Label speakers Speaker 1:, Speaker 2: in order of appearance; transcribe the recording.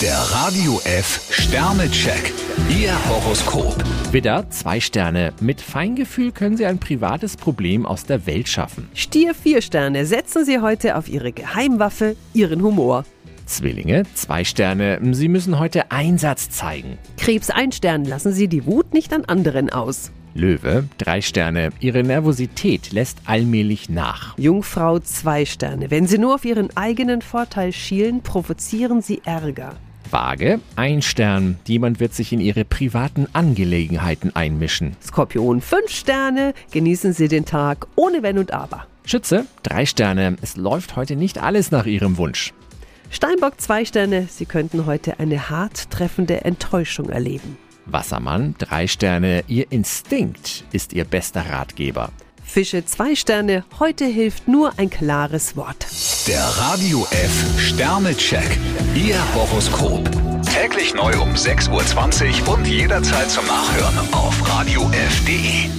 Speaker 1: Der Radio F Sternecheck. Ihr Horoskop.
Speaker 2: Widder, zwei Sterne. Mit Feingefühl können Sie ein privates Problem aus der Welt schaffen.
Speaker 3: Stier vier Sterne, setzen Sie heute auf Ihre Geheimwaffe, Ihren Humor.
Speaker 2: Zwillinge, zwei Sterne. Sie müssen heute Einsatz zeigen.
Speaker 3: Krebs ein Stern, lassen Sie die Wut nicht an anderen aus.
Speaker 2: Löwe, drei Sterne. Ihre Nervosität lässt allmählich nach.
Speaker 3: Jungfrau zwei Sterne, wenn Sie nur auf Ihren eigenen Vorteil schielen, provozieren Sie Ärger.
Speaker 2: Waage, ein Stern. Jemand wird sich in Ihre privaten Angelegenheiten einmischen.
Speaker 3: Skorpion fünf Sterne, genießen Sie den Tag ohne Wenn und Aber.
Speaker 2: Schütze, drei Sterne. Es läuft heute nicht alles nach Ihrem Wunsch.
Speaker 3: Steinbock zwei Sterne, Sie könnten heute eine hart treffende Enttäuschung erleben.
Speaker 2: Wassermann, drei Sterne. Ihr Instinkt ist Ihr bester Ratgeber.
Speaker 3: Fische zwei Sterne, heute hilft nur ein klares Wort.
Speaker 1: Der Radio F Sternecheck. Ihr Horoskop. Täglich neu um 6.20 Uhr und jederzeit zum Nachhören auf Radio radiof.de.